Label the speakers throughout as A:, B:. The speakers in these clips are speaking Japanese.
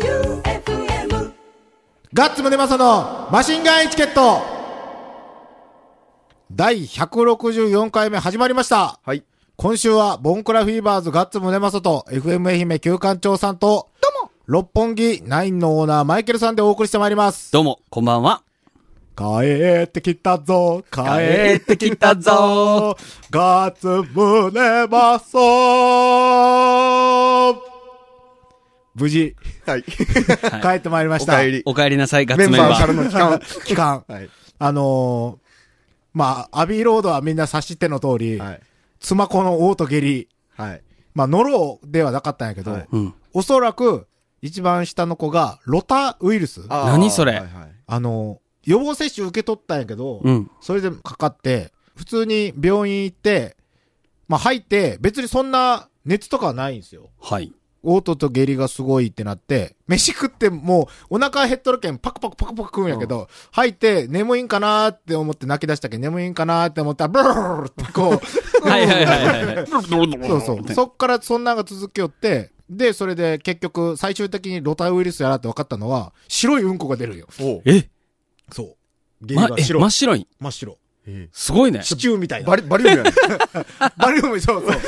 A: J-O-E-U-F-M
B: ガッツムネマソのマシンガンエチケット第164回目始まりました。
C: はい。
B: 今週は、ボンクラフィーバーズガッツムネマソと FM 愛媛旧館長さんと、六本木ナインのオーナーマイケルさんでお送りしてまいります。
D: どうも、こんばんは。
B: 帰ってきたぞ、帰ってきたぞ、ガッツムネマソ無事、
C: はい。
B: 帰ってまいりま
C: お
B: した。
C: 帰り。
D: お帰りなさい、ガッ
C: メ
D: ツ
C: ン
D: メン
C: バ
D: バ
C: ーから
D: ー。
C: の期
B: 期
C: 間。
B: 間。
C: はい。
B: あのーまあ、アビーロードはみんな察しての通り、
C: はい。
B: 妻子のオートゲリ、
C: はい。
B: まあ、ノロではなかったんやけど、
C: はい
D: うん。
B: おそらく、一番下の子が、ロタウイルスあ
C: あー
D: 何それ
C: はいはい
B: のー予防接種受け取ったんやけど、
D: うん。
B: それでかかって、普通に病院行って、まあ、入って、別にそんな熱とかはないんですよ。
D: はい。
B: オートと下痢がすごいってなって、飯食ってもうお腹減っとるけんパクパクパクパク食うんやけど、入って眠いんかなーって思って泣き出したけん眠いんかなーって思ったら、ブルルルルってこう、
D: はいはいはいはい。
B: そうそう。そっからそんなんが続きよって、で、それで結局最終的にロタウイルスやなって分かったのは、白いうんこが出るよ。
C: おう
D: え、
B: そう。下痢
D: ま、
B: が
D: え、
B: 白い
D: 真っ白い。
B: 真っ白。
C: え
D: すごいね。
B: シチューみたい
C: ー
B: な
C: バ。リ、バリウムやね。
B: バリウム、そうそう。バリ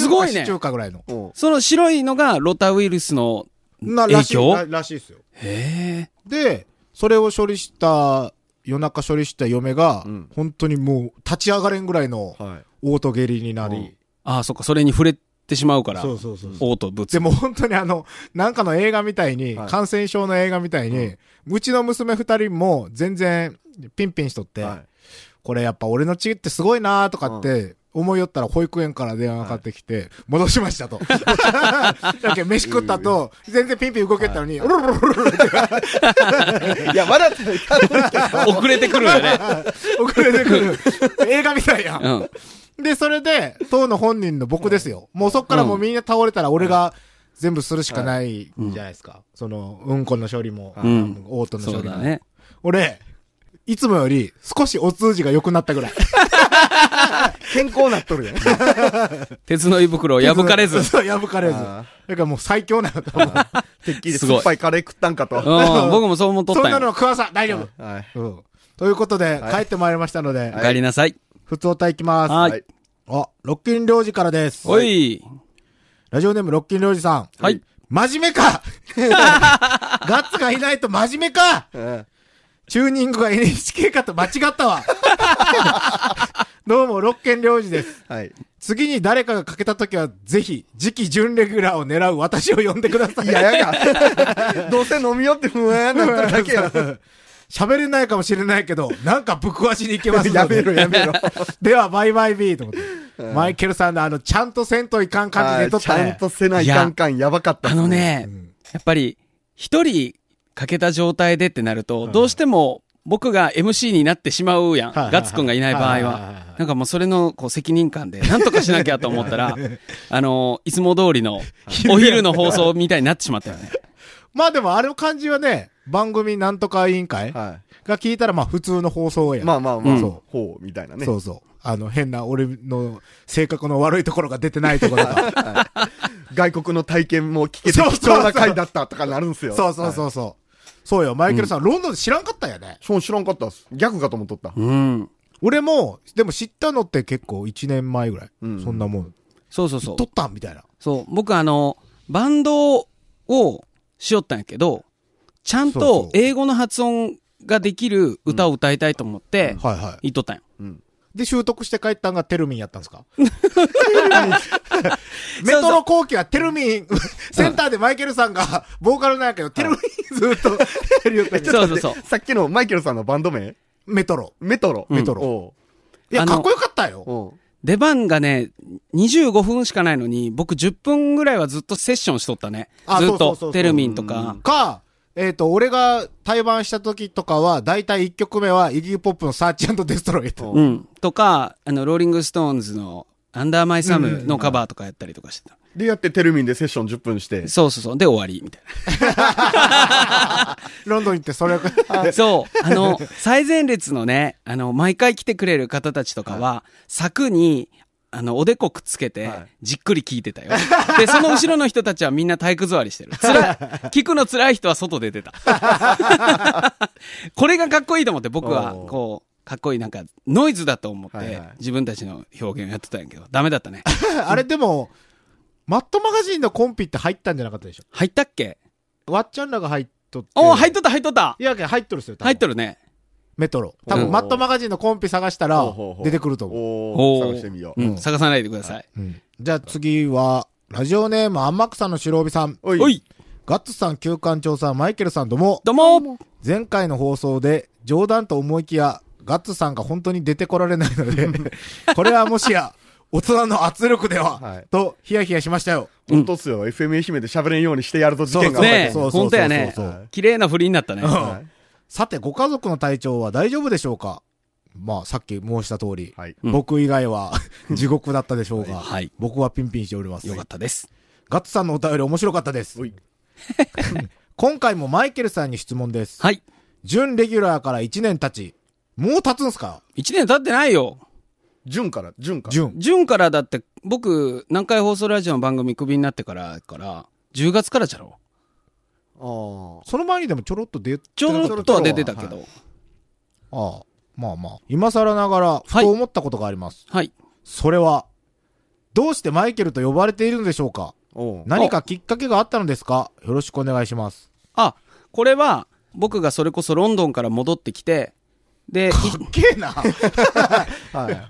B: ウ
D: す
B: ム
D: ご
B: か
D: い
B: シ
D: ね
B: チューかぐらいの。
C: おう
D: その白いのがロタウイルスの
B: な、
D: 影
B: らしい、ら
D: 響
B: らしいですよ。
D: へえ。
B: で、それを処理した、夜中処理した嫁が、
C: うん
B: 本当にもう立ち上がれんぐらいの
C: はい。
B: オート下痢になり、
D: ああ、そっか、それに触れてしまうから。
B: そうそうそうそう。
D: オートぶつ
B: で。も本当にあの、なんかの映画みたいに、
C: はい
B: 感染症の映画みたいに、うちの娘二人も全然ピンピンしとって、
C: はい
B: これやっぱ俺の血ってすごいなーとかって思いよったら保育園から電話がかかってきて、戻しました と。だけど飯食ったと、全然ピンピン動けたのに、うるるるるるって
C: いや、まだって言ったのに
D: 遅れてくるよね。
B: 遅れてく る。映画みたいやん
D: う。ん。
B: で、それで、当の本人の僕ですよ。もうそっからもうみんな倒れたら俺が全部するしかないじゃないですか。その、うんこの処理も、
D: ん
B: オートの
D: そ
B: 処
D: う
B: 理も。
D: だね。
B: 俺、いつもより少しお通じが良くなったぐらい。。
C: 健康なっとるやん。
D: 鉄の胃袋を破かれ ず
B: そう、破かれず。だ
C: あ
B: からもう最強なのと思う
C: てっきり
D: すごい
C: 酸っぱいカレー食ったんかと。
D: うん。僕もそう思っとっ
B: そん
D: た
B: なの
D: よ。
B: は食わさん大丈
C: はい。
B: 夫。うん。ということで、
C: はい
B: 帰ってまいりましたので
D: お、帰りなさい。
B: 普通お歌いきます。
D: は
C: はい
D: い。
B: あ、ロッキン領事からです。
D: おい。
B: ラジオネームロッキン領事さん。
D: はい。
B: 真面目か ガッツがいないと真面目か
C: うん
B: チューニングが NHK かと間違ったわ どうも、六軒領事です。
C: はい。
B: 次に誰かがかけたときは、ぜひ、次期準レギュラーを狙う私を呼んでください
C: い。や、やが。 どうせ飲みよって不安なっただけや。
B: 喋れないかもしれないけど、なんかぶっ壊しに行けますので。
C: やめろ、やめろ。
B: では、バイバイビーと思って。マイケルさんのあの、ちゃんとせんといかん感じでとっ
C: ち
B: た
C: ゃん
B: ね。
C: とせないカンカンやばかったっ
D: あ
C: す。
D: のね、やっぱり、一人かけた状態でってなると、どうしても僕が MC になってしまうやん。
B: はいはいはい
D: ガッツくんがいない場
B: は
D: 合
B: いはいはいは
D: は。なんかもうそれのこう責任感で、なんとかしなきゃと思ったら、 あの、いつも通りのお昼の放送みたいになってしまったよ ね。
B: まあでも、あれの感じはね、番組なんとか委員会
C: は
B: が聞いたら、まあ普通の放送
C: い。
B: や。
C: まあまあまあ、
D: うん
C: そう。ほう、みたいなね。
B: そうそう。あの、変な俺の性格の悪いところが出てないところが。
C: 外国の体験も聞けて
B: そうそう
C: 貴重な回だったとかなるんすよ。
B: そうそう
C: う。
B: そうそう。そうよ、マイケルさん、ロンドンで知らんかったんやね。
C: そう知らんかったっす。逆かと思っとった。
D: うん。
B: 俺も、でも知ったのって結構1年前ぐらい。
C: うん
B: そんなもん。
D: そうそうそう
B: 撮。ったんみたいな。
D: そう、僕あの、バンドをしよったんやけど、ちゃん
B: そうそう
D: と英語の発音ができる歌を歌いたいと思って、
B: はいは
D: 言っとったんよ。
C: うん。
B: い。で、習得して帰ったんがテルミンやったんですか メトロ後期はテルミン、センターでマイケルさんがボーカルなんやけど、テルミンずっとやりよったんや
D: そうそうそう
C: で。さっきのマイケルさんのバンド名
B: メトロ。
C: メトロ。
B: メトロ
C: お
B: いや、
D: あの
B: かっこよかったよ
C: う。おう
D: 出番がね、25分しかないのに、僕10分ぐらいはずっとセッションしとったね。
B: あ
D: ず
B: そう
D: っ
B: そうそうそう
D: と、テルミンとか。
B: か、えっ、と、俺が対バンした時とかは、だいたい1曲目は、イギーポップのサーチデストロイと。
C: お
D: うん。とか、あの、ローリングストーンズの、アンダーマイサムのカバーとかやったりとかしてた。
C: で、やってテルミンでセッション10分して。
D: そうそうそう。で、終わり、みたい
B: ロンドン行って、 それ、
D: な。そう。 あの、最前列のね、あの、毎回来てくれる方たちとかは、柵に、あの、おでこくっつけて
C: はい、
D: じっくり聞いてたよ。で、その後ろの人たちはみんな体育座りしてる。つら い、聞くの辛い人は外出てた。 これがかっこいいと思って、僕は、
C: おー
D: こう、かっこいい、なんか、ノイズだと思って、
C: はいはい
D: 自分たちの表現をやってたんやけど、ダメだ ったね。
B: あれでも、マットマガジンのコンピって入ったんじゃなかったでしょ
D: 入ったっけ
B: わっちゃんらが入っとって。
D: おー、入っ
B: と
D: とった、入っとった
B: いやけん入っとるっすよ。多分
D: 入っとるね。
B: メトロ。
C: ほう
B: 多分、マットマガジンのコンピ探したら
C: ほうほうほ、う
B: 出てくると思う。
C: おお
D: ー
C: 探してみよう。
D: うん、探さないでください。
B: うんじゃあ次は、ラジオネーム、アンマックさんの白帯さん。
C: おい
D: おい、
B: ガッツさん、旧館長さん、マイケルさん、どうも。
D: どうも
B: 前回の放送で、冗談と思いきや、ガッツさんが本当に出てこられないの で、これはもしや、大人の圧力では、
C: はい
B: と、ヒヤヒヤしましたよ。
D: うん
C: 本当っすよ。FM 愛媛で喋れんようにしてやると事件が
B: そう
D: ねえ、
B: そうそうそうそう
D: 本当やね
B: はい。
D: 綺麗な振りになったね。
C: は
B: さて、ご家族の体調は大丈夫でしょうかまあ、さっき申した通り、
C: い。はい。
D: うん
B: 僕以外は 地獄だったでしょうが、
D: はい。
B: 僕はピンピンしております。
D: よかったです。
B: ガッツさんのお便り面白かったです
C: お。い。
B: 今回もマイケルさんに質問です。
D: はい。
B: 準レギュラーから1年経ち、もう経つんすか
D: 一年経ってないよ。
C: 順から、順から。
B: 準。
D: 順からだって、僕、南海放送ラジオの番組クビになってから、から、10月からじゃろ
C: あ
B: その前にでもちょろっと出、
D: ちょろっとは出てたけど。
B: ああ、まあまあ。今更ながら、ふと思ったことがあります。
D: はい。
B: それは、どうしてマイケルと呼ばれているのでしょうか
C: あ。おう
B: 何かきっかけがあったのですかよろしくお願いします。
D: あ、これは、僕がそれこそロンドンから戻ってきて、 で、い
B: かっけえ な
C: は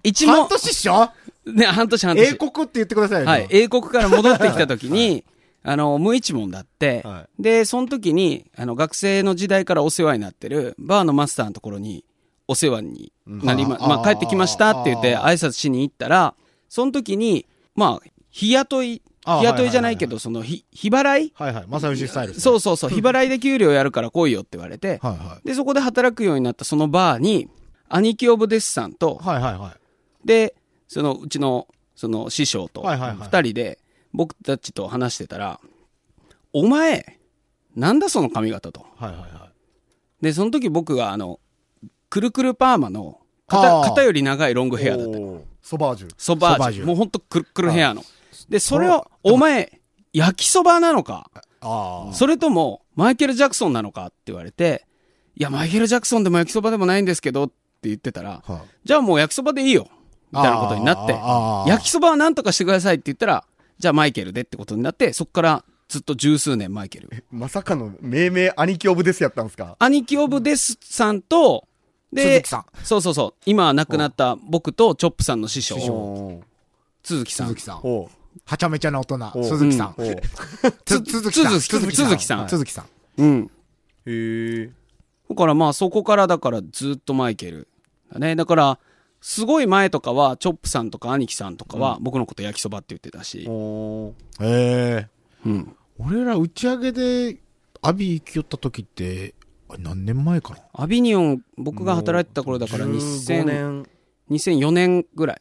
C: い。
D: 一
B: 半
D: 問、
B: 年っしょ
D: ね、半年半年。
B: 英国って言ってくださいよ。
D: はい、英国から戻ってきた時に、あの、無一文だって、
C: は
D: で、その時に、あの、学生の時代からお世話になってる、バーのマスターのところに、お世話になりま、
B: うん
D: まあ、
B: あー
D: 帰ってきましたって言って
B: あ
D: 挨拶しに行ったら、その時に、まあ、日雇い、
B: あー
D: 日雇いじゃないけど、その、日、日払い
B: はいはい。正義スタイルですね。
D: そうそうそう、日払いで給料やるから来いよって言われて、
B: はいはい。
D: で、そこで働くようになったそのバーに、兄貴オブデスさんと、
B: はいはいはい。
D: で、そのうちの、その師匠と、
B: はいはいはい
D: 二人で、僕たちと話してたら、お前、なんだその髪型と。
B: はいはいはい。
D: で、その時僕が、あの、くるくるパーマの、
B: あ
D: 肩、
B: ー
D: 肩より長いロングヘアだった。
C: おうソバージュ。
D: ソバ
B: ソバ
D: ー
B: ー
D: ジ
B: ジ
D: ュ。
B: ュ
D: もうほんとくるくるヘアの。で、それ
B: そ
D: を、お前、焼きそばなのか
B: あ
D: それとも、マイケル・ジャクソンなのかって言われて、いや、マイケル・ジャクソンでも焼きそばでもないんですけどって言ってたら、
B: あ。はい。
D: じゃあもう焼きそばでいいよ。みたいなことになって
B: あーあ、ー
D: 焼きそばは何とかしてくださいって言ったら、じゃあマイケルでってことになって、そっからずっと十数年マイケル。
C: まさかの命名兄貴オブですやったんすか
D: 兄貴オブデスさんと、
B: 鈴木さん。
D: そうそうそう。今亡くなった僕とチョップさんの師匠、
C: おう
D: 鈴木さん。
B: 鈴
D: 鈴
B: 木さん。
C: おう
B: はちゃめちゃな大人。
C: お
B: 鈴木さん。
C: おうへ
B: つ鈴木さん。
D: 鈴木さんはい
B: 鈴木さん。
D: うん。
C: え。
D: だからまあそこからだからずっとマイケル。だね。だから、すごい前とかは、チョップさんとか兄貴さんとかは、僕のこと焼きそばって言ってたし。
C: おう
B: ええ。
D: うん。
B: 俺ら打ち上げで、アビ行きよった時って、あれ何年前かな
D: アビニオン、僕が働いてた頃だから2000
C: 15年。
D: 2004年ぐらい。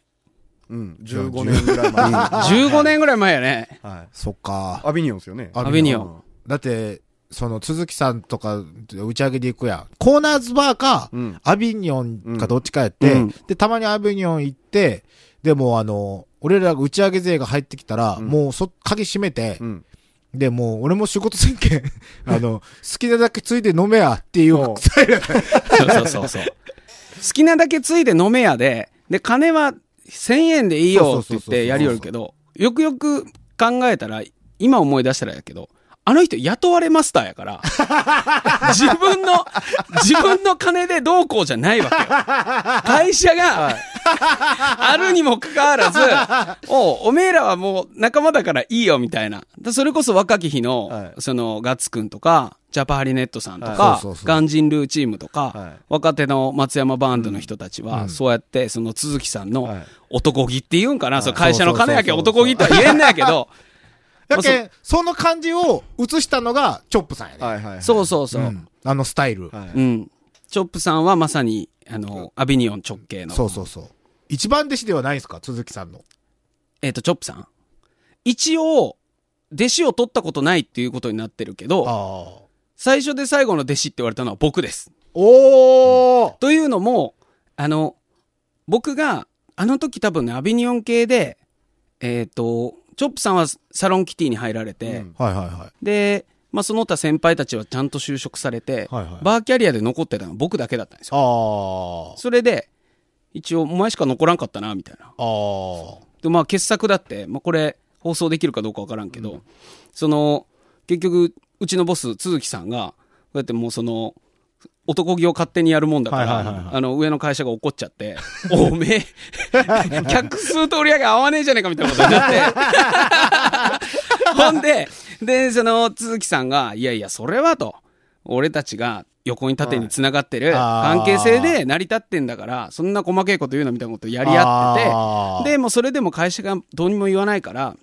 C: うん、15年ぐらい前。は
D: 15年ぐらい前やね。
C: い。
B: そっか。
C: アビニオンですよね。
D: アビニオ
C: う
D: ン
C: ん。
B: だって、その、鈴木さんとか、打ち上げで行くやん。コーナーズバーか、
C: うん
B: アビニオンかどっちかやって、
D: うん
B: で、たまにアビニオン行って、でもうあの、俺らが打ち上げ勢が入ってきたら、
C: ん
B: もうそ、鍵閉めて、
C: うん。
B: で、もう俺も仕事せん けん、あの、好きなだけついて飲めやっていうスタイルやった。
D: そうそうそうそう。好きなだけついで飲めやで、で、金は1000円でいいよって言ってやりよるけど、よくよく考えたら、今思い出したらやけど、あの人雇われマスターやから、自分の、自分の金でどうこうじゃないわけよ。会社が、あるにもかかわらず、おうおめえらはもう仲間だからいいよみたいな。でそれこそ若き日の、
C: はい
D: その、ガッツくんとか、ジャパハリネットさんとか、
B: はいそうそうそう
D: ガンジンルーチームとか、
C: はい
D: 若手の松山バンドの人たちは、そうやって、その鈴木さん
C: は
D: の
C: い
D: 男気って言うんかな、その会社の金やけん
B: そうそうそ
D: 男
B: うそ
D: 気
B: う
D: とは言えんのやけ ど、
B: やけん、その感じを映したのが、チョップさんやね。
C: はいはい。。
D: そううそうそう。
B: う
D: うん
B: ん。あのスタイル。
C: はい。
D: うん。チョップさんはまさに、あの、アビニオン直系の。
B: そうそうそう。一番弟子ではないんですか鈴木さんの。
D: えっ、と、チョップさん。一応、弟子を取ったことないっていうことになってるけど、
B: ああ。
D: 最初で最後の弟子って言われたのは僕です。
B: おー
D: というのも、あの、僕があの時多分ね、アビニオン系で、えっ、と、チョップさんはサロンキティに入られて、
B: はいはいはい。
D: で、まあ、その他先輩たちはちゃんと就職されて、
B: はいはい
D: バーキャリアで残ってたのは僕だけだったんですよ。
B: あ
D: それで、一応、お前しか残らんかったな、みたいな。
B: あ。あ
D: で、まあ、傑作だって、まあ、これ、放送できるかどうかわからんけど、その、結局、うちのボス、鈴木さんが、だってもうその、男気を勝手にやるもんだから、
B: はいはいはいはい
D: あの、上の会社が怒っちゃって、 おめえ、客数と売り上げ合わねえじゃねえかみたいなことに なって、ほんで、で、その、鈴木さんが、いやいや、それはと、俺たちが横に縦に繋がってる
B: はいあー
D: 関係性で成り立ってんだから、そんな細けいこと言うなみたいなことやり合
B: あー
D: ってて、で、もうそれでも会社がどうにも言わないから、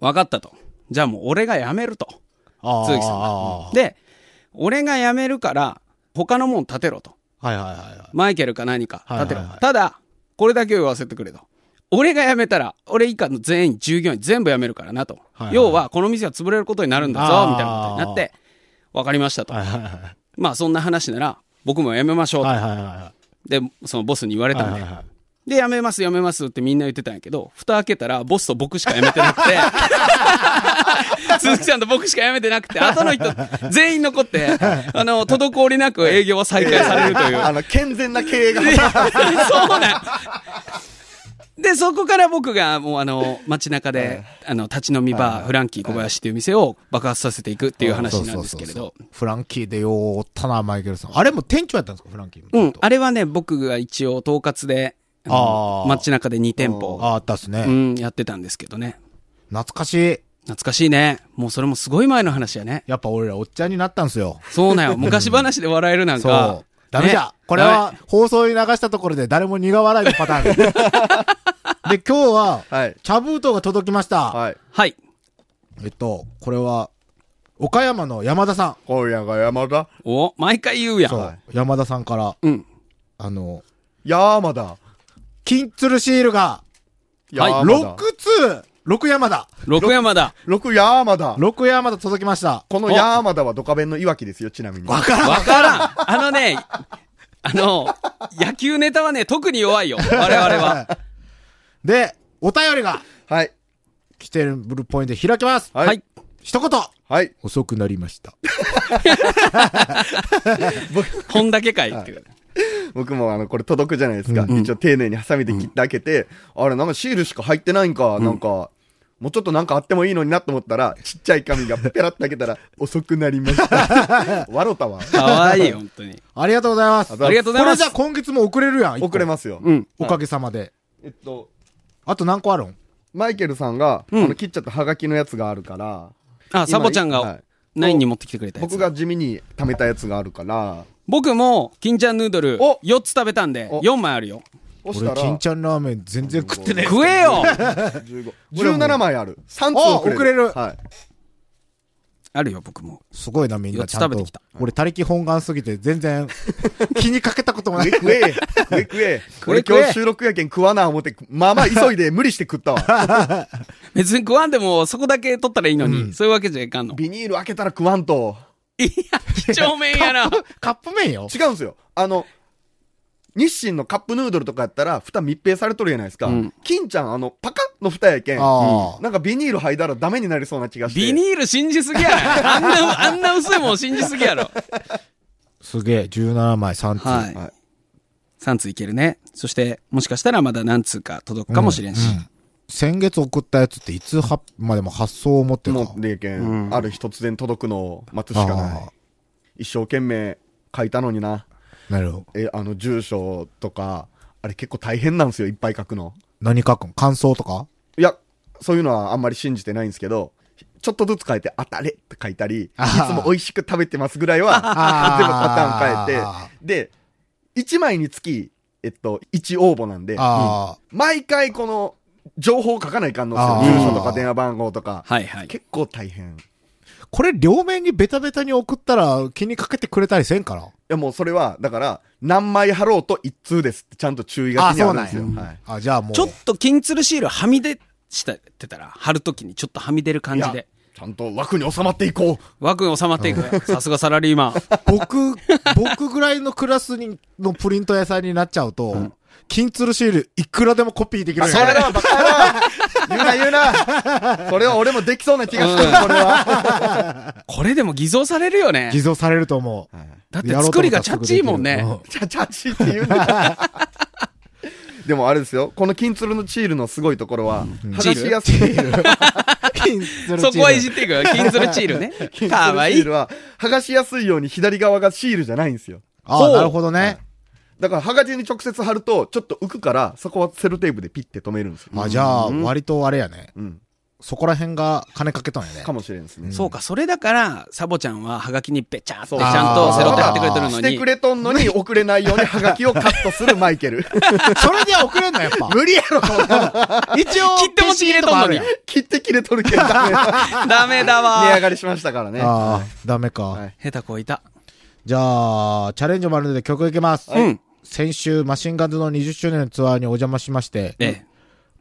D: 分かったと。じゃあもう俺が辞めると。
B: あ。
D: 鈴木さんが。で、俺が辞めるから、他のもん立てろと。
B: はいはいはいはい。
D: マイケルか何か立てろ。
B: はいはいはい
D: ただ、これだけを言わせてくれと。俺が辞めたら、俺以下の全員、従業員全部辞めるからなと。
B: はいはい
D: 要は、この店は潰れることになるんだ
B: あー
D: ぞ、みたいなことになって、わかりましたと。
B: はいはいはい。
D: まあ、そんな話なら、僕も辞めましょうと。
B: はいはいは
D: で、そのボスに言われ
B: い。
D: たんで。で、辞めます、辞めますってみんな言ってたんやけど、蓋開けたら、ボスと僕しか辞めてなく て、鈴木さんと僕しか辞めてなくて、後の人、全員残って、あの、滞りなく営業は再開されると いう。
C: あの、健全な経営が。
D: いやそうなんで、そこから僕が、もうあの、街中で、あの、立ち飲みバー、フランキー小林っていう店を爆発させていくっていう話なんですけれ
B: そう
D: ど
B: そう。そうそう。フランキーでようおったな、マイケルさん。あれも店長やったんですか、フランキー
D: うん、あ
B: れ
D: れはね、僕が一応統括で、あの
B: あー
D: 街中で2店舗、
B: ああったっすね。
D: うん、やってたんですけどね。
B: 懐かしい。
D: 懐かしいね。もうそれもすごい前の話やね。
B: やっぱ俺らおっちゃんになったんすよ。
D: そう なんよ。昔話で笑えるなん
B: そ
D: か
B: う。。ダメじゃ
D: ね。
B: これは放送に流したところで誰も苦笑いのパターン。 で、今日は、
C: はい。
B: 茶封筒が届きました。
C: はい。
D: はい。
B: えっと、これは、岡山の山田さ
C: 今夜が山田。
D: お、毎回言うや
B: ん。そ
D: ん。
B: う。山田さんから、
D: うん。
B: あの、
C: 山田。
B: 金鶴シールが、
C: 山田。
B: 6通、6山田。
D: 六山だ。
C: 六山田。
B: 6山田届きました。
C: この山田はドカベンのいわきですよ、ちなみに。
B: わからん。
D: わからん。あのね、あの、野球ネタはね、特に弱いよ。我々は。
B: で、お便りが
C: はい。
B: 来てるブルポイントで開きます。
D: は
C: はいい。
B: 一言
C: はい。
B: 遅くなりました。
D: 本だけかいっていう。
C: 僕もあの、これ届くじゃないですか。
D: ん
C: 一応丁寧にハサミで切って開けて、あれなんかシールしか入ってないんか、なんか、もうちょっとなんかあってもいいのになと思ったら、ちっちゃい紙がペラッと開けたら、遅くなりま した。笑ったわ。
D: かわいい、本当に。
B: ありがとうございます。
D: ありがとうござい
B: これ
D: ます
B: じゃあ今月も遅れるやん。
C: 遅れ
B: ま
C: ますよ。
D: うん。
B: おかげさまで。
C: えっと、
B: あと何個あるん
C: マイケルさんが、
D: うん
C: あの切っちゃったハガキのやつがあるから、
D: あ、サボちゃん
C: は
D: が
C: い
D: ナインに持ってきてくれたやつ。
C: 僕が地味に貯めたやつがあるから、
D: 僕も、金ちゃんヌードル
C: お
D: 4つ食べたんで、
C: お
D: 4枚あるよ。
C: 押した
B: 俺、
C: ら、
B: 金ちゃんラーメン全然食ってねえ。
D: 食えよ
C: 15 17枚ある。3つ
B: あ
C: 遅れる。
B: 遅れる
C: はい。
D: あるよ、僕も。
B: すごいな、みんな。
D: 四つ
B: ちゃん
D: 食べ
B: と
D: てきた。
B: 俺、他力本願すぎて、全 然、気にかけたこともない
C: 上。食え上食え
D: え
C: 俺今日収録やけん食わな思って、まあまあ急いで無理して食ったわ。
D: 別に食わんでも、そこだけ取ったらいいのに、そういうわけじゃいかんの。
C: ビニール開けたら食わんと。
D: 几帳面やな。
B: カップ麺よ。
C: 違うんですよ。あの、日清のカップヌードルとかやったら、蓋密閉されとるじゃないですか。
D: うん
C: 金ちゃん、あの、パカッの蓋やけん。
B: ああ
C: なんかビニール剥いだらダメになりそうな気がして。
D: ビニール信じすぎやろ。あんな、あんな薄いもん信じすぎやろ。
B: すげえ、17枚3つ。
D: はい。
C: はい
D: 3通いけるね。そして、もしかしたらまだ何通か届くかもしれん
B: う
D: し。
B: ん先月送ったやつって、いつはまでも発送を持ってるか
C: も。うでけん、
D: うん
C: ある日突然届くのを待つしかな
B: ああ
C: い。一生懸命書いたのにな。
B: なるほど。
C: え、あの、住所とか、あれ結構大変なんですよ、いっぱい書くの。
B: 何書くん感想と か
C: いや、そういうのはあんまり信じてないんですけど、ちょっとずつ変えて、当たれって書いたり、い
B: あー
C: つも美味しく食べてますぐらいは、
B: あー
C: 全部パターン変えて、で、1枚につき、えっと、1応募なんで、
B: あ
C: 毎回この、情報を書かないかんの
B: あー
C: ですよ。住所とか電話番号とか。
D: はいはい。
C: 結構大変。い
B: あ。これ、両面にベタベタに送ったら、気にかけてくれたりせんから。
C: やもうそれは、だから、何枚貼ろうと一通ですってちゃんと注意書きにあるんですよ
B: あ。
C: はい
B: あ、じゃあもう。
D: ちょっと金鶴シールはみ出したってたら、貼るときにちょっとはみ出る感
C: い
D: じ
C: や
D: で。
C: ちゃんと枠に収まっていこう。
D: 枠に収まっていくね。さすがサラリーマン。
B: 僕、僕ぐらいのクラスにのプリント屋さんになっちゃうと、金鶴シール、いくらでもコピーできるんや
C: それだ、バカ野郎言うな、言うな。それは俺もできそうな気がする、これは。
D: これでも偽造されるよね
B: 偽。造されると思う。
D: だって作りがチャッチーもんね。
C: ちゃちゃちって言うな。でもあれですよ、この金鶴のチールのすごいところは、剥がしやすい。
B: 金鶴
D: そこはいじっていくよ。金鶴チールね。かわい
C: シー
D: い
C: ル。は、剥がしやすいように左側がシールじゃないんですよ。
B: ああ、なるほどね。
C: だから、はがきに直接貼ると、ちょっと浮くから、そこはセロテープでピッて止めるんですよ。
B: あ、じゃあ、割とあれやね。
C: うん。
B: そこら辺が金かけたんやね
C: か。もしれんですね。
D: そうか、それだから、サボちゃんはハガキにべちゃってち
C: そう
D: ゃんとセロテ貼ってくれてるの
C: して
D: に
C: く。れとんのに、遅れないようにハガキをカットするマイケル。
B: それでは遅れんの、やっ ぱ。
C: 無理やろ、こんなの
B: 一応、
D: 切ってもち入れとんの
B: ペシーとかあ
D: に
B: るや
C: 切って切れとるけど、 ダメ
D: ダメだ
C: 値上
D: わ。
C: がりしましたからね。
B: ああ、ダメか。
C: はい
D: 下手こいた。
B: じゃあ、チャレンジもあるので曲いきます。
D: うん
B: 先週、マシンガンズの20周年のツアーにお邪魔しまして、
D: ええ。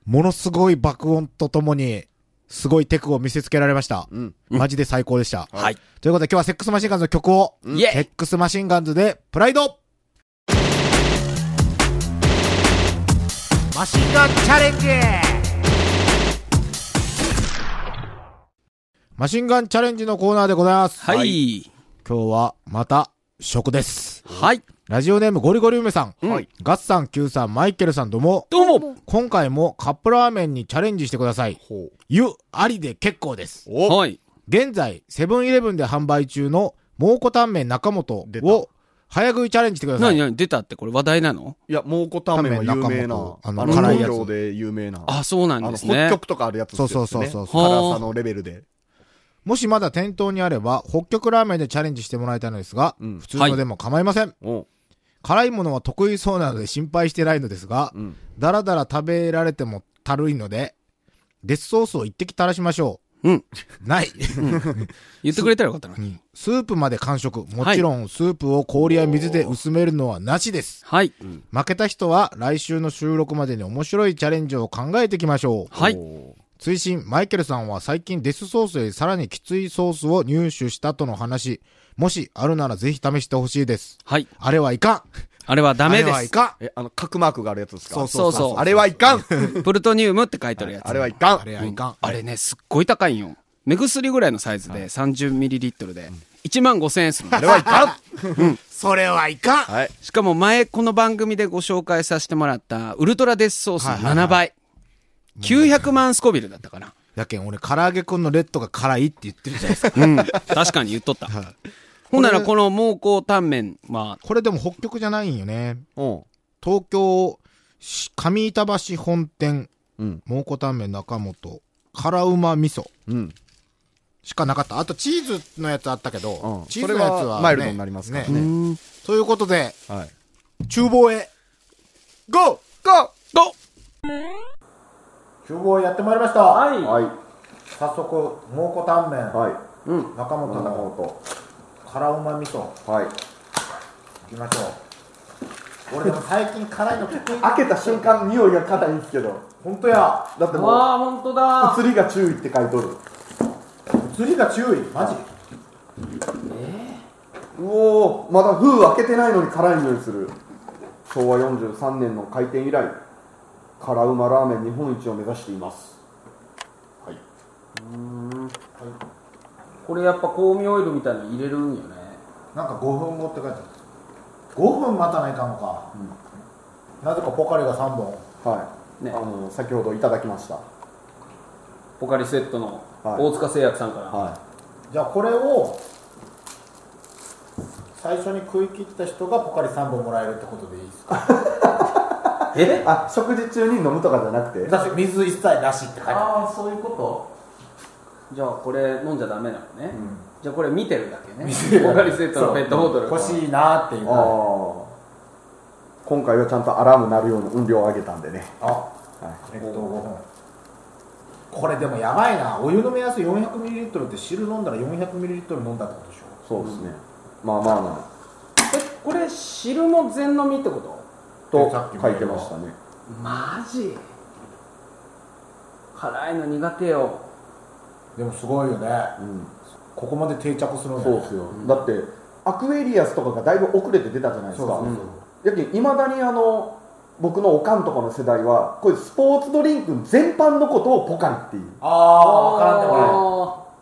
B: ものすごい爆音とともに、すごいテクを見せつけられました。
C: うん。
B: マジで最高でした。
D: はい。
B: ということで今日はセックスマシンガンズの曲を、
D: イ
B: セ
D: エイ
B: ックスマシンガンズで、プライドマシンガンチャレンジマシンガンチャレンジのコーナーでございます。
D: はい。
B: 今日は、また、食です。
D: はい。
B: ラジオネームゴリゴリ梅さん。
C: はい
B: ガッサン、キューさん、マイケルさんどうも。
D: どうも。
B: 今回もカップラーメンにチャレンジしてください。
C: ほう。
B: 湯ありで結構です。
C: お
D: はい。
B: 現在、セブンイレブンで販売中の蒙古タンメン中本
C: 出た
B: を早食いチャレンジしてくださ。
D: ないになに出たってこれ話題なの
C: いや、蒙古タンメンは有名
B: タ
C: な。あ
B: ンメン中本あの
C: の、
B: 辛
C: 辛
B: い
C: い
B: やつ
C: で有名な。
D: あ、そうな
C: あ
D: ん
C: の、
D: です
C: 北
D: ね。
C: 極とかあるやつですよね。
B: そうそうそうそう
C: 辛さのレベルで。
B: もしまだ店頭にあれば、北極ラーメンでチャレンジしてもらいたいのですが、
C: うん
B: 普通のでも構いません。
C: お
B: 辛いものは得意そうなので心配してないのですが、
C: うん。
B: だらだら食べられてもたるいので、デスソースを一滴垂らしましょ
D: うん。
B: う。 ない。
D: 言ってくれたらよかったのに。
B: スープまで完食。もちろん、スープを氷や水で薄めるのはなしです。
D: はい。
B: 負けた人は、来週の収録までに面白いチャレンジを考えていきましょう。
D: はい。
C: お
B: 追伸、マイケルさんは最近デスソースよりさらにきついソースを入手したとの話。もし、あるならぜひ試してほしいです。
D: はい。
B: あれはいかん。
D: あれはダメ
B: あれ
D: で
B: はい
D: す。
B: か
C: え、あの、角マークがあるやつですか
B: そう
D: そうそう
C: あれはいかん
D: プルトニウムって書いてあるやつ。
C: あれはいかん
B: ん。あれはいかん。
D: あれね、すっごい高いんよ。目薬ぐらいのサイズで 30ml で1万5000円するの
C: あれはいかん
B: それはいかん。
C: はい。
D: しかも前この番組でご紹介させてもらったウルトラデスソースの
B: はいはいはい
D: 7倍。900万スコビルだったかな。
B: やけん、俺、唐揚げくんのレッドが辛いって言ってるじゃないですか。
D: うん。確かに言っとった。ほんならこの蒙古タンメンは、
B: これでも北極じゃないんよね。
C: おう
B: 東京、し上板橋本店、
C: うん。
B: 蒙古タンメン中本、辛うま味噌
C: うん。
B: しかなかった。あとチーズのやつあったけど、
C: うん
B: チーズのやつは、ね
C: それはマイルドになりますからね
D: うん。
B: ということで、
C: はい。
B: 厨房へ。
C: ゴーゴ
D: と
B: 厨房へやってまいりました。
C: ーはい。
B: 早速、蒙古タンメン、
C: は
B: 中本の辛うま味噌、
C: い。はい。
B: いきましょ う。俺でも最近辛いの得意。
C: 開けた瞬間、匂いが硬いんですけど。
B: 本当や。
C: だってもう、
D: あ、ほんとだ。
C: 映りが注意って書いとる。
B: 釣りが注意。マジ
C: うおーまだ封開けてないのに辛い匂いする昭和43年の開店以来辛うまラーメン日本一を目指していますはい
D: これやっぱ香味オイルみたいの入れるんよね。
B: なんか5分後って書いてある5分待たないかんのか、なぜかポカリが3本
C: はい、
D: ね
C: あの先ほどいただきました
D: ポカリセットの
C: はい
D: 大塚製薬さんから。
C: は
B: じゃあこれを最初に食い切った人がポカリ3本もらえるってことでいいですか
C: い
D: え
C: あ食事中に飲むとかじゃなくて
B: 私水一切なしって書いてあ
D: ああそういうことじゃあこれ飲んじゃダメなのね、じゃあこれ見てるだけねポカリスエットのペットボトル
B: る欲しいなーっていう
C: ああ今回はちゃんとアラーム鳴るような音量を上げたんでね
B: あえっと5分これでもやばいなお湯の目安 400ml って汁飲んだら 400ml 飲んだってことでしょ
C: そうですね、まあまあま
D: えこれ汁も全飲みってこと
C: あ
B: で
C: と
B: さっきも
C: 書いてましたね
D: マジ辛いの苦手よ
B: でもすごいよね
C: うん
B: ここまで定着するんだ
C: そうっすよ、だってアクエリアスとかがだいぶ遅れて出たじゃないですか
B: そうそうそう
C: やけいまだにあの僕のおかんとかの世代はこれスポーツドリンク全般のことをポカリっていう
E: ああ分からんでも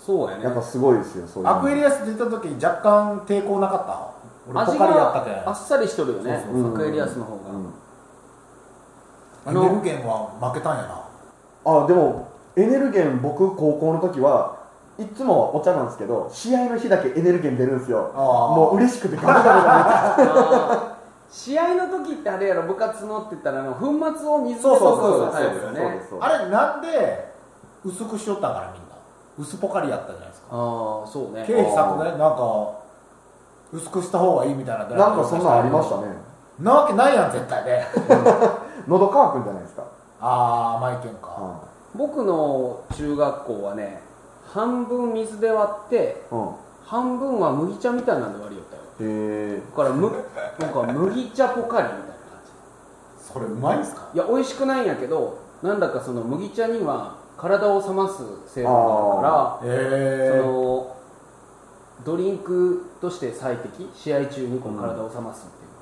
D: いそうやね
C: やっぱすごいですよそういう
E: ないアクエ
C: リ
E: リアス出た時若干抵抗なかった俺ポ
D: 味
E: カリやったけ
D: があっさりしとるよね
E: そう
C: そうそう
D: アクエリアスの方が、
E: エネルゲンは負けたんやな
C: あでもエネルゲン僕高校の時はいつもお茶なんですけど試合の日だけエネルゲン出るんですよ
E: あー
C: もう嬉しくてガブガブガ
D: あー試合の時ってあれやろ部活のって言ったらあの粉末を水で溶
E: そう
D: く
E: そうそうそう
D: タイプよ
C: ブ
D: ね
C: そうですそうです
E: あれなんで薄くしとったんからみんな薄ポカリやったじゃないですか
D: ああそうね
E: 経費削減なんか薄くした方がいいみたいなドラ
C: なん
E: イブ
C: かそんなんありましたね
E: なわけないやん絶対で
C: 喉乾くんじゃないですか、
E: ああ甘いけんか
C: は
D: 僕の中学校はね半分水で割って
C: いうん
D: 半分は麦茶みたいなんで割りよったよ
C: へえ
D: だからむなんか麦茶ポカリみたいな感
E: それうまいんすか
D: じいや美味しくないんやけどなんだかその麦茶には体を冷ます成分があ
E: へ
D: るからそ
E: え
D: のドリンクとして最適試合中にこう体を冷ますっていう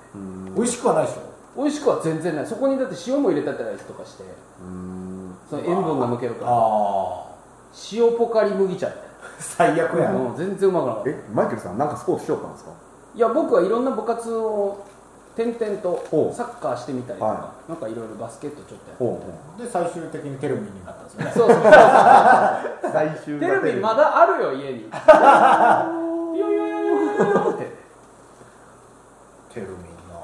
D: ね、
E: 美味しくはないでしょ
D: 美味しくは全然ないそこにだって塩も入れたりとかしてその塩分が抜けるから
E: あ
D: 塩ポカリ麦茶み
E: あ最悪
D: たい
E: や
D: な、
E: ん
D: うん、全然うまくなかった
C: えマイケルさんなんかスポーツしよったんですか
D: いや僕はいろんな部活を転々
C: ほ
D: と
C: う
D: サッカーしてみたりとか
C: は
D: なんかいろいろバスケットちょっとやって
C: ほうほ
E: で最終的にテルミンになったんですよね
D: そうそうそうそう
C: う最終
D: テレビま
C: だ
D: だあるよ家にピヨヨヨヨヨって
E: テルミンな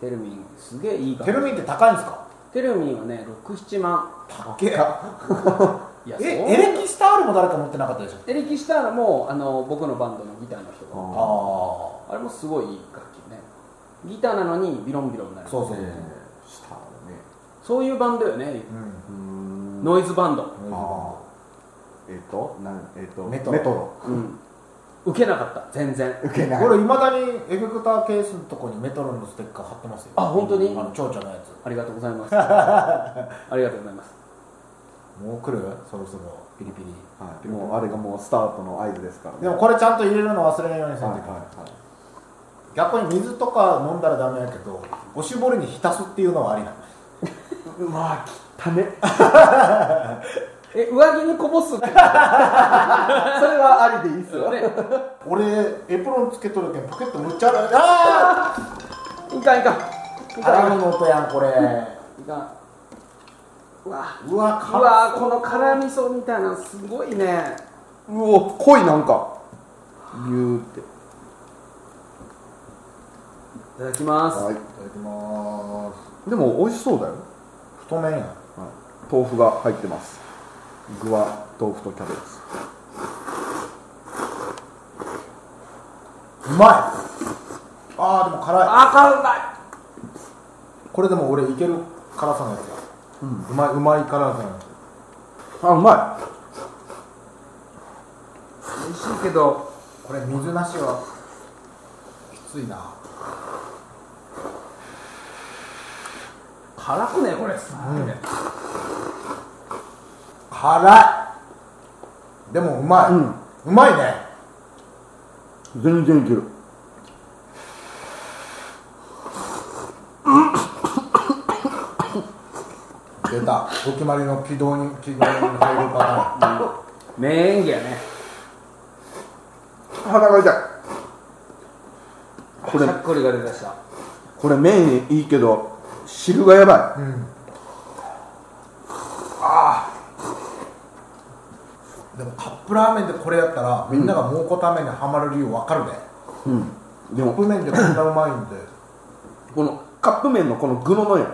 D: テルミンすげえいいか
E: テルミンって高いんすか
D: テルミンはね67万
E: 高っけえ
D: いやそう
E: えエレキスタールも誰か持ってなかったでしょ
D: エレキしたらもうあの僕のバンドのギターの人が
E: あ
D: あれもすごいいい楽器ねギターなのにビロンビロンになる
E: そうそうそう
C: したね
D: そういうバンドよね
E: う、ん
C: うーん
D: ノイズバンド、
C: あーえっ、となんえっ、と
E: メトロ
D: うん、受けなかった全然
C: 受けない
E: 俺いまだにエフェクターケースのとこにメトロンのステッカー貼ってますよ
D: あ本当に
E: あの蝶々のやつ
D: ありがとうございますありがとうございます
E: もう来るそろそろピリピリ
C: はい、もうあれがもうスタートの合図ですからね
E: でもこれちゃんと入れるの忘れないようにせん
C: はい
E: と
C: はい
E: けない
C: はい
E: 逆に水とか飲んだらダメやけどおしぼりに浸すっていうのはありなの
C: まあ汚ね
D: え上着にこぼすってことだ
C: それはありでいいっすよ
D: よね
E: 俺エプロンつけとるけんポケットむっちゃあるあ
D: いかんいかんい
E: ー
D: か
E: 洗
D: ん
E: うの音やんこれ
D: いかんうわう
E: うわ
D: わこの辛味噌みたいなのすごいね
C: うお濃いなんか言うって
D: いただきます、
E: いただきまーす
C: いでも美味しそうだよ、
E: 太麺やん
C: はい、豆腐が入ってます具は豆腐とキャベツ
E: うまいあーでも辛い
D: あ辛い
E: これでも俺いける辛さのやつや、うん、うまいうまい辛さのやつ
C: あうま
E: 美味しいけどこれ水なしはきついな
D: 辛くねこれすごいね、
E: 辛いでもうまい、うまいね
C: い全然いける
E: 出たお決まりの軌道に軌道に入るパターン
D: 名演技やね
C: 腹が痛い
D: し
C: これ
D: ゃっくりが出だした
C: これ麺いいけど汁がやばい、
E: でもカップラーメンでこれやったらみんなが蒙古タンメンにハマる理由わかるね、
C: で
E: カッ
C: も
E: プ麺でこんなうまいんで
C: このカップ麺のこの具ののや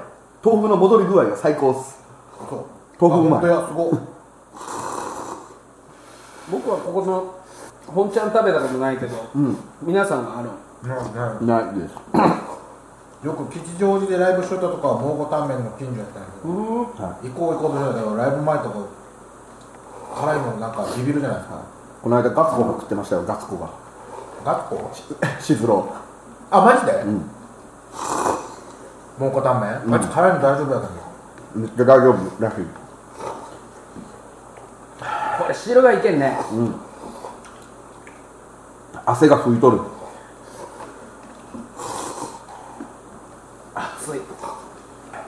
C: 豆腐の戻り具合が最高っす
E: そう
C: 豆腐うまい
E: あ本当やすごっ
D: 僕はここの本ちゃん食べたことないけど、
C: ん
D: 皆さんはある
E: うんうん
C: ないです
E: よく吉祥寺でライブしとったとかは蒙古タンメンの近所やったんやけど行こう行こうとしてたけどライブ前とか辛いもんなんかビビるじゃないですか
C: この間ガツコが食ってましたよガツコが
E: ガッコ
C: しずろ
E: あマジで、
C: ん
E: 蒙古タンメン、あいつ辛いの大丈夫やったんだ
C: うめっちゃ大丈夫らしい
D: これ汁がいけんね
C: 汗が拭いとる
D: 熱い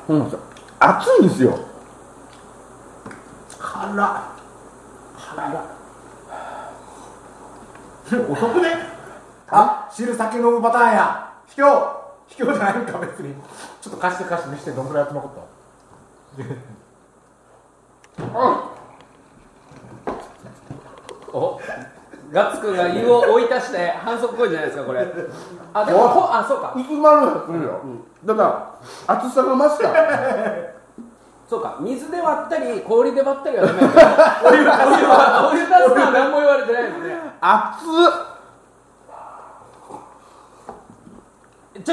D: そうなんですよ
F: 熱いんですよ
E: 辛辛 遅くねあ汁酒飲むパターンや卑怯卑怯じゃないのか別にちょっと貸して貸して見してどんぐらいやって残
D: おガッツくんが湯を追い足して反則行為じゃないですか これあでもこあそうか
F: 薄まるんですよ、だから熱さが増した
D: そうか水で割ったり氷で割ったりはダメだけどお湯足すのはお湯足すのは何も言われてないですね
F: 熱っ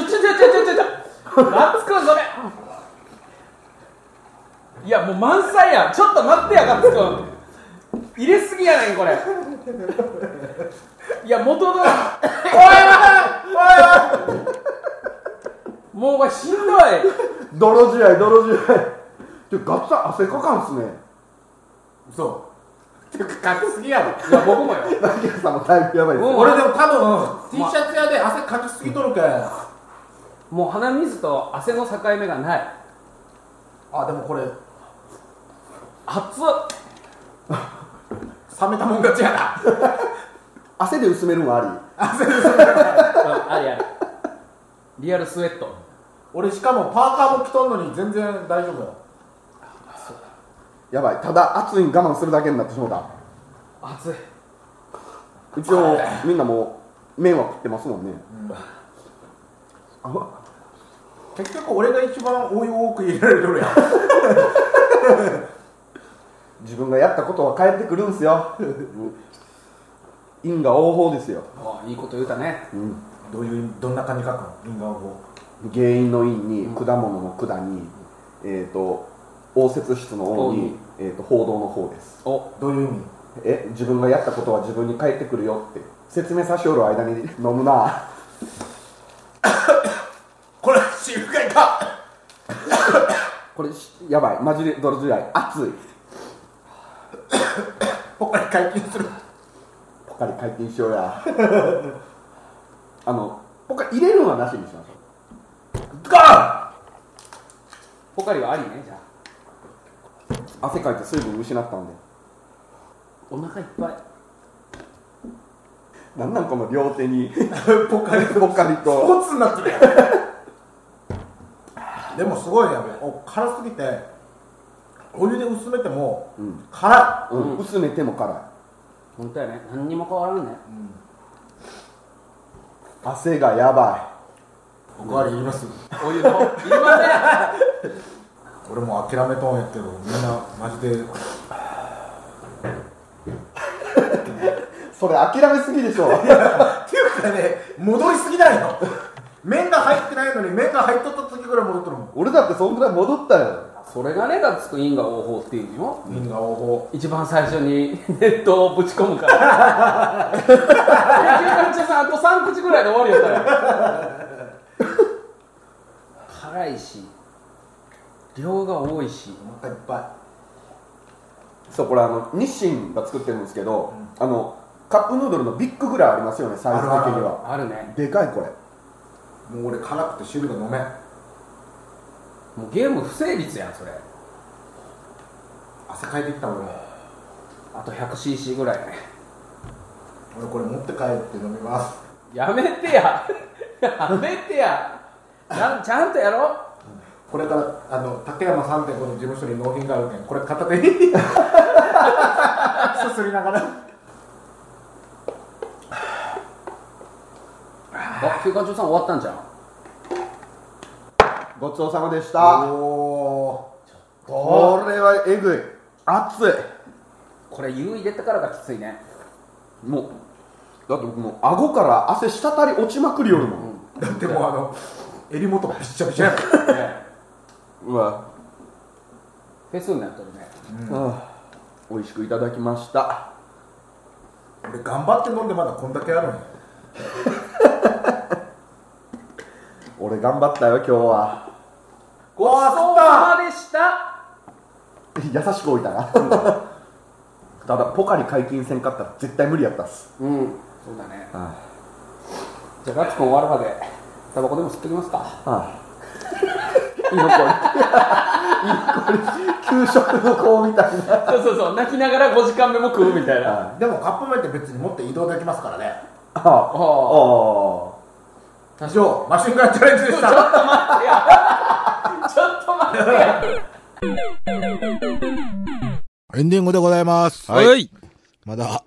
D: ちょちょちょちょちょちょちょガッツくんそれいやもう満載やんちょっと待ってやガッツくん入れすぎやねんこれいや元のおいおいおいもうお前しんどい
F: 泥試合泥試合ちょガッツさん汗かかんっすね
E: そうていうか書きすぎやろ
D: いや僕もよ
F: ラキさんもだいぶやばいです
D: もう
E: 俺でも多分 T シャツ屋で汗かきすぎとるけんあ
D: もう鼻水と汗の境目がない
E: でもこれ冷
D: 熱っ
E: めたもん勝ちやな
F: 汗で薄めるのは
D: う
F: あ
D: んありありリアルスウェット
E: 俺しかもパーカーも着とんのに全然大丈夫よ
F: りやばいただ熱いん我慢するだけになってしまった
D: 熱い
F: 一応みんなもう麺は食ってますもんね、あ
E: 結局俺が一番お湯多く入れられとるやん
F: 自分がやったことは返ってくるんすよ因果応報ですよ
D: あいいこと言うたね
E: どういうどんな感じ書くのリンガーを
F: 原因の因に果物の果に、えっ、と応接室の応に、えー、と報道の方です
D: お
E: どういう意味
F: え自分がやったことは自分に返ってくるよって説明さしおる間に飲むな
E: これ私服会か
F: これしやばいマジで泥試合熱い
E: 他に解禁する
F: ポカリ解禁しようや あのポカリ入れるのはなしにしましょう
E: ガ
D: ポカリはありねじゃあ
F: 汗かいて水分失ったんで
D: お腹いっぱい
F: なんなんこの両手に
E: ーポカリ
F: ポカリ
E: ス
F: と
E: ポーツになってるやんでもすごいねお辛すぎてお湯で薄めても
F: うん
E: 辛
F: うん薄めても辛
D: 本当やね何にも変わらんね
F: い汗がやば
E: いおかわりいります
D: お湯のいりません
E: 俺もう諦めとんやけどみんなマジで
F: いそれ諦めすぎでしょ
E: っていうかね戻りすぎないの麺が入ってないのに麺が入っとった時ぐらい戻っとるもん
F: 俺だってそんぐらい戻ったよ
D: それがねガッツくん因果応報っていうの
E: 因果応報
D: 一番最初に ネットをぶち込むから野球からちゃさんあと3口ぐらいで終わるよから辛いし量が多いし
E: お腹いっぱ
F: そうこれあの日清が作ってるんですけど、あのカップヌードルのビッグぐらいありますよねサイズ的に
E: あるある
F: は
D: あるね
F: でかいこれ
E: いもう俺辛くて汁が飲めん
D: もうゲーム不成立やんそれ
E: 汗かいてきた俺も
D: あと 100cc ぐらいね
E: 俺これ持って帰って飲みます
D: やめてややめてやちゃんちゃんとやろう
E: これからあの竹山3.5の事務所に納品があるけんこれ片手にすすりながら
D: あ休館長さん終わったんじゃん
F: ごちそうさまでした
E: お
F: これはえぐい熱い
D: これ湯入れてからがきついね
F: もうだって僕もう顎から汗滴り落ちまくりよるもん、
E: ーだってもうあの襟元がびっちゃびちゃやん
D: ね
F: うわ、
D: フェスになっとるね
F: ああ美味しくいただきました
E: 俺頑張って飲んでまだこんだけあるんや
F: 俺頑張ったよ今日は
D: ごちそうさまでした
F: 優しく置いたな ただポカリ解禁せんかったら絶対無理やったっす
D: うんそうだね
F: は
D: じゃあガッツくん終わるまでタバコでも吸ってきますか
F: あ、は
G: 給食の子みたいな
F: そうそうそう泣きながら5時間目も食うみたいな
E: でもカップ麺って別に持って移動できますからね
G: ああ
F: ああ
G: あ
E: 以上マシンガンチャレンジでし
F: ちょ
E: た
F: っと待ってやちょっと待ってや
B: エンディングでございます。
D: はい。
B: まだ、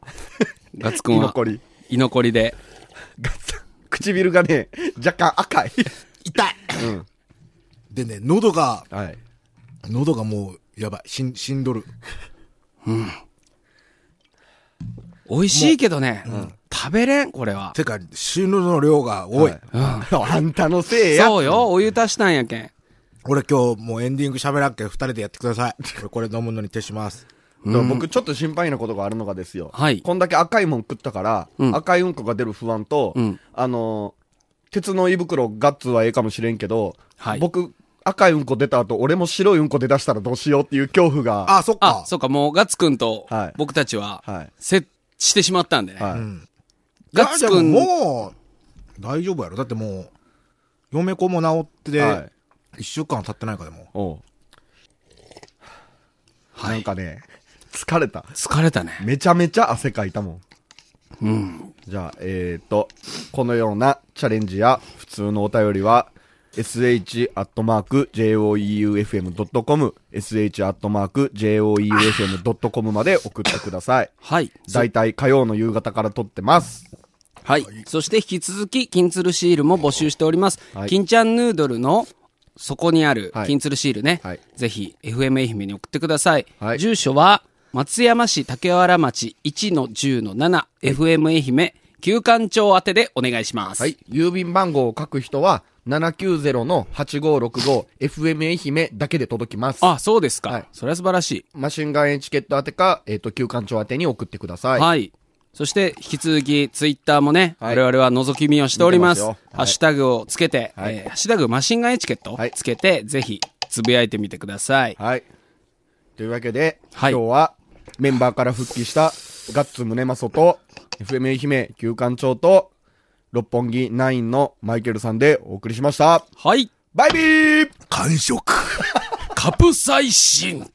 D: ガッツく
C: 居
D: んは、
C: 残り。
D: 居残りで。
C: 唇がね、若干赤い。
B: 痛い、でね、喉が、
C: はい。
B: 喉がもう、やばい。しん、しんどる。
D: 美味しいけどね、食べれん、これは。
B: てか、しんどるの量が多い。
C: あんたのせいや。
D: そうよ、お湯足したんやけん。
B: 俺今日もうエンディング喋らんけど二人でやってください。俺これ飲むのに手します。
C: でも僕ちょっと心配なことがあるのがですよ。
D: はい
C: こんだけ赤いもん食ったから、
D: うん
C: 赤いうんこが出る不安と、
D: うん
C: あのー、鉄の胃袋ガッツはええかもしれんけど、
D: はい
C: 僕、赤いうんこ出た後、俺も白いうんこ出だしたらどうしようっていう恐怖が、
B: あ、そっ
D: あ
B: か、。
D: そうか、もうガッツくんと
C: はい
D: 僕たちは
C: はい、
D: 接してしまったんでね。
C: はい
D: ガッツ
B: いや
D: くん
B: でももう、大丈夫やろ。だってもう、嫁子も治って
C: は
B: て
C: い、
B: 一週間経ってないからもう。
C: おう
D: はい
C: なんかね、疲れた。
D: 疲れたね。
C: めちゃめちゃ汗かいたもん。
D: うん。
C: じゃあ、えっ、ー、と、このようなチャレンジや普通のお便りは、sh.joeufm.com、sh.joeufm.com まで送ってください。
D: はい。
C: だいたい火曜の夕方から撮ってます。
D: はい。そして引き続き、金鶴シールも募集しております。
C: はい
D: 金ちゃんヌードルの底にある
C: はい
D: 金鶴シールね。
C: はい
D: ぜひ、FM 愛媛に送ってください。
C: はい
D: 住所は、松山市竹原町1-10-7、FM 愛媛、旧館長宛てでお願いします。
C: はい。郵便番号を書く人は、790-8565、FM 愛媛だけで届きます。
D: あ、そうですか。
C: はい
D: それは素晴らしい。
C: マシンガンエチケット宛てか、えっ、と、旧館長宛てに送ってくださ。
D: はいい。そして、引き続き、ツイッターもね、
C: はい
D: 我々は覗き見をしております。
C: 見てますよはい
D: ハッシュタグをつけて、
C: はい
D: えーハッシュタグマシンガンエチケット
C: はい
D: つけて、ぜひ、つぶやいてみてください。
C: はい。というわけで、
D: はい
C: 今日はメンバーから復帰したガッツムネマソと FM 愛媛旧館長と六本木ナインのマイケルさんでお送りしました。
D: はい。
C: バイビー
B: 完食
D: カプサイシン